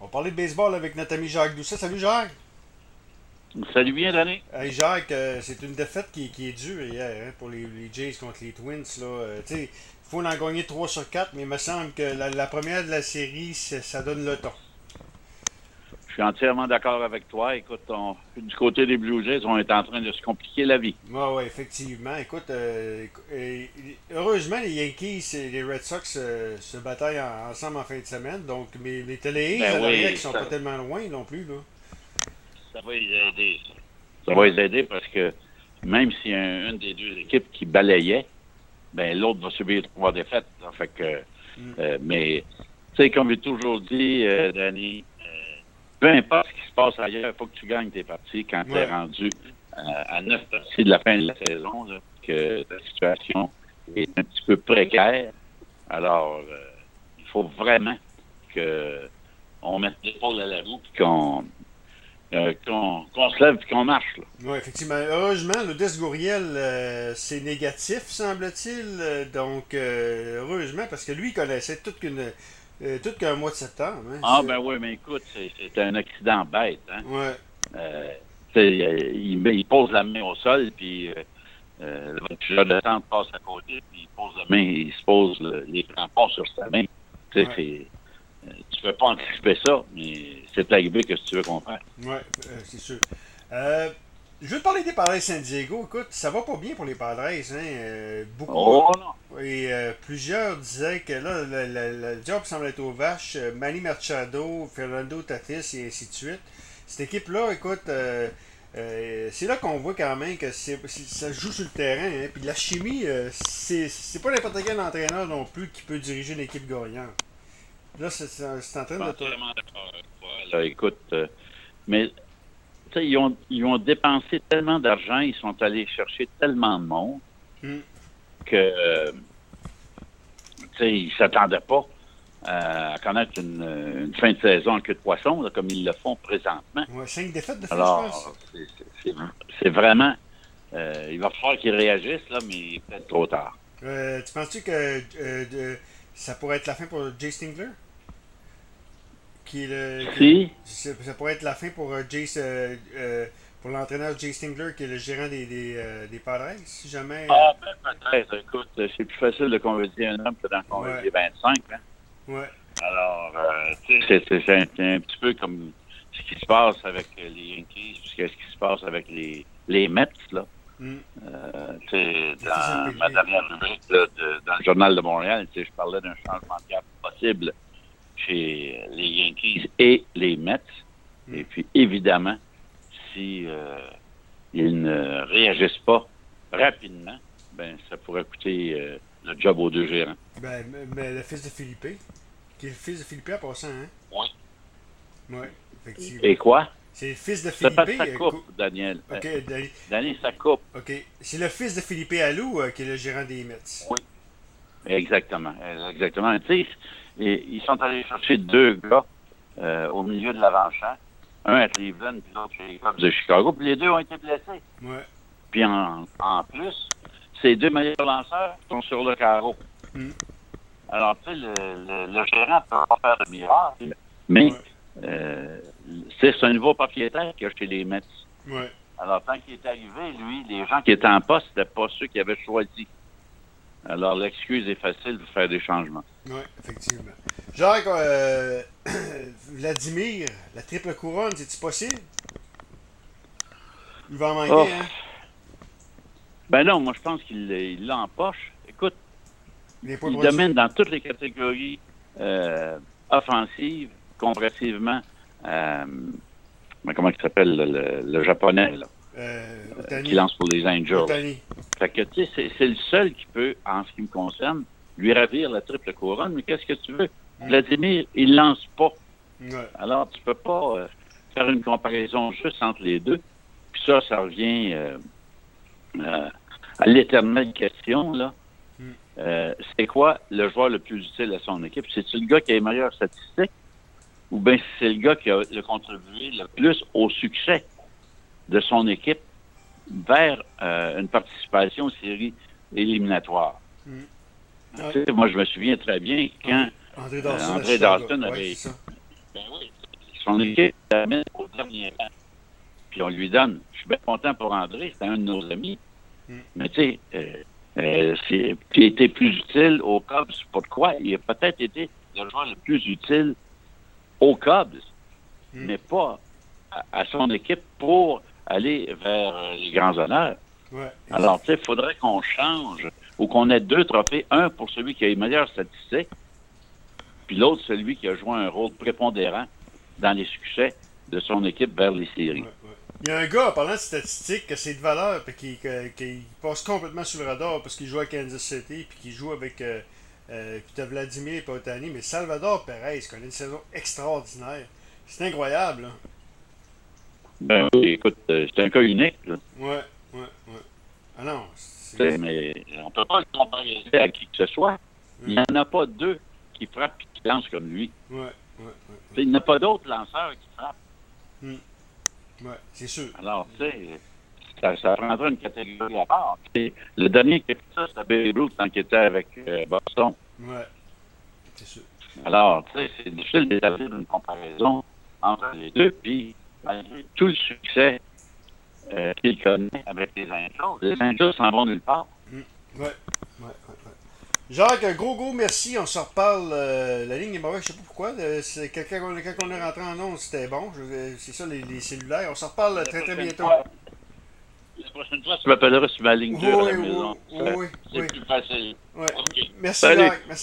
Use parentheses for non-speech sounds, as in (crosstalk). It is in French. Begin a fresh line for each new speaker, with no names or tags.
On parlait de baseball avec notre ami Jacques Doucet. Salut Jacques!
Salut bien, René.
Hey Jacques, euh, c'est une défaite qui, qui est due hier hein, pour les, les Jays contre les Twins. Là, Euh, tu sais, faut en gagner 3 sur 4, mais il me semble que la, la première de la série, c'est- ça donne le ton.
Je suis entièrement d'accord avec toi. Écoute, on- du côté des Blue Jays, on est en train de se compliquer la vie.
Oui, Ah ouais, effectivement. Écoute, euh, écou- euh, heureusement, les Yankees et les Red Sox euh, se battaillent en- ensemble en fin de semaine. Donc, mais les télé
Ben oui,
qui sont
ça-
pas tellement loin non plus. Là.
Ça va les aider. ça. Ça va les aider parce que même s'il y a un- une des deux équipes qui balayait, ben l'autre va subir trois défaites. là. Fait que,
Mm.
euh, mais, tu sais, comme j'ai toujours dit, euh, Danny, euh, peu importe ce qui se passe ailleurs, il faut que tu gagnes tes parties quand tu
Ouais.
es rendu euh, à neuf parties de la fin de la saison, là, que la situation est un petit peu précaire. Alors, euh, il faut vraiment que on mette l'épaule à la roue puis qu'on euh, qu'on qu'on se lève et qu'on marche. Là.
Oui, effectivement. Heureusement, le disque Gouriel, euh, c'est négatif, semble-t-il. Euh, Donc, euh, heureusement, parce que lui, il connaissait tout qu'une euh, tout qu'un mois de septembre. hein.
Ah
C'est-
ben oui, mais écoute, c'est c'est un accident bête. Hein?
Ouais.
Euh, tu sais, euh, il, met- il pose la main au sol, puis euh, euh, le joueur de centre passe à côté, puis il pose la main, il se pose le- les crampons sur sa main. Tu sais,
Ouais.
c'est- euh, tu peux pas anticiper ça, mais c'est arrivé que si tu veux qu'on fasse.
Ouais, euh, c'est sûr. Euh, je veux te parler des Padres San Diego. Écoute, ça va pas bien pour les Padres. Hein? euh, beaucoup.
Oh non!
Et euh, plusieurs disaient que là, le, le- le job semble être aux vaches. Euh, Manny Machado, Fernando Tatis et ainsi de suite. Cette équipe-là, écoute, euh, euh, c'est là qu'on voit quand même que c'est, c'est- ça joue sur le terrain. hein. Puis la chimie, euh, c'est, c'est pas n'importe quel entraîneur non plus qui peut diriger une équipe gagnante. Là, c'est, c'est- c'est en train
Je
de.
suis entièrement d'accord avec toi, là. écoute, euh, mais tu sais, ils ont, ils ont dépensé tellement d'argent, ils sont allés chercher tellement de monde
Mm.
que euh, tu sais, ils ne s'attendaient pas euh, à connaître une, euh, une fin de saison en queue de poisson, là, comme ils le font présentement.
Ouais, cinq défaites de fin, je pense.
Alors, c'est- c'est- c'est- c'est vraiment. euh, il va falloir qu'ils réagissent, là, mais peut-être trop tard.
Euh, tu penses-tu que euh, de- ça pourrait être la fin pour Jay Stingler? Qui est le, qui-
Si,
ça, ça pourrait être la fin pour euh, Jay, euh, euh, pour l'entraîneur Jay Stingler, qui est le gérant des, des, euh, des Padres, si jamais. euh,
ah, ben, peut-être, écoute, c'est plus facile de convertir un homme que d'en convertir 25. hein.
Ouais.
Alors, euh, tu sais, c'est- c'est c'est un, c'est un petit peu comme ce qui se passe avec euh, les Yankees, puis ce qui se passe avec les, les Mets, là.
Mm.
Euh, tu sais,
ça,
dans
c'est
ma
bien.
dernière rubrique là, de- dans le Journal de Montréal, tu sais, je parlais d'un changement de cap possible chez euh, les Yankees et les Mets.
Mm.
Et puis, évidemment, si euh, ils ne réagissent pas rapidement, ben ça pourrait coûter euh, le job aux deux gérants.
Ben, mais- mais le fils de Philippe, qui est le fils de Philippe en passant, hein?
Oui.
Ouais, effectivement.
Et quoi?
C'est le fils de
Ça,
Philippe.
ça
euh,
coupe, Daniel.
co- Ok, d'aller-
Danny, ça coupe.
ok. C'est le fils de Philippe Allou euh, qui est le gérant des Mets.
Exactement. Exactement. Tu sais, et- ils sont allés chercher deux gars euh, au milieu de l'avant-champ. Un à Cleveland, puis l'autre chez les Cubs de Chicago. Puis les deux ont été blessés.
Ouais.
Puis en, en plus, ces deux meilleurs lanceurs sont sur le carreau.
Mm.
Alors, tu sais, le, le- le gérant ne peut pas faire de miracle,
Ouais.
mais euh, c'est c'est un nouveau propriétaire qu'il y a chez les Mets.
Ouais.
Alors, tant qu'il est arrivé, lui, les gens qui étaient en poste, c'était pas ceux qui avaient choisi. Alors, l'excuse est facile de faire des changements.
Oui, effectivement. Jacques, euh, (coughs) Vladimir, la triple couronne, c'est-tu possible? Il va en manquer,
Oh.
hein?
Ben non, moi, je pense qu'il il l'empoche. Écoute,
Les points
il
produits.
domine dans toutes les catégories euh, offensives, comparativement à, euh, comment il s'appelle, le, le- le japonais, là,
Euh,
qui
Ohtani.
lance pour les Angels.
Ohtani.
Fait que, tu sais, c'est- c'est le seul qui peut, en ce qui me concerne, lui ravir la triple couronne. Mais qu'est-ce que tu veux?
Mm.
Vladimir, il lance pas.
Ouais.
Alors, tu peux pas euh, faire une comparaison juste entre les deux. Puis ça, ça revient euh, euh, à l'éternelle question, là.
Mm.
Euh, c'est quoi le joueur le plus utile à son équipe? C'est-tu le gars qui a les meilleures statistiques ou bien c'est le gars qui a le contribué le plus au succès de son équipe vers euh, une participation aux séries éliminatoires?
Mm.
Tu sais, Moi, je me souviens très bien quand
André
Euh,
Dawson. à
André
Chicago.
Dawson
Ouais,
avait-
c'est ça.
Ben oui. son équipe l'amène au dernier rang. Puis on lui donne. Je suis bien content pour André, c'était un de nos amis.
Mm.
Mais tu sais, euh, euh, c'est- puis il était plus utile aux Cubs. Pourquoi? Il a peut-être été le joueur le plus utile aux Cubs,
Mm.
mais pas à, à son équipe pour aller vers euh, les grands honneurs.
Ouais.
Alors, tu sais, il faudrait qu'on change ou qu'on ait deux trophées, un pour celui qui a les meilleures statistiques, puis l'autre, celui qui a joué un rôle prépondérant dans les succès de son équipe vers les séries.
Ouais, ouais. Il y a un gars, en parlant de statistiques, que c'est de valeur, puis qui, que- qui passe complètement sous le radar parce qu'il joue à Kansas City, puis qu'il joue avec euh, euh, puis t'as Vladimir Potani, mais Salvador Perez, qui connaît une saison extraordinaire. C'est incroyable, hein. là.
Ben oui, écoute, euh, c'est un cas unique, là,
Ouais, ouais, ouais. Ah non,
tu
c'est.
sais, mais on peut pas le comparer à qui que ce soit. Il n'y en a pas deux qui frappent et qui lancent comme lui.
Ouais, ouais, ouais.
Tu sais, Il n'y en a pas d'autres lanceurs qui frappent.
ouais c'est sûr.
Alors, tu sais, ça, ça prendra une catégorie à part. Tu sais, le dernier qui a fait ça, c'était Babe Ruth quand il était avec euh, Boston.
Ouais. C'est sûr.
Alors, tu sais, c'est difficile d'établir une comparaison entre les deux, puis malgré tout le succès euh, qu'il connaît avec les Angels, les Angels s'en vont nulle part.
Ouais, ouais, ouais, ouais. Jacques, un gros, gros merci. On se reparle. euh, la ligne est mauvaise, je sais pas pourquoi. Euh, c'est que quand, on, quand on est rentré en ondes, c'était bon. Je- euh, C'est ça, les, les cellulaires. On se reparle très, très bientôt.
La prochaine fois, tu m'appelleras sur ma ligne
Oui,
2 à la
oui,
maison.
oui,
c'est
oui.
plus facile.
Ouais.
OK.
Merci,
Salut.
Jacques. Merci.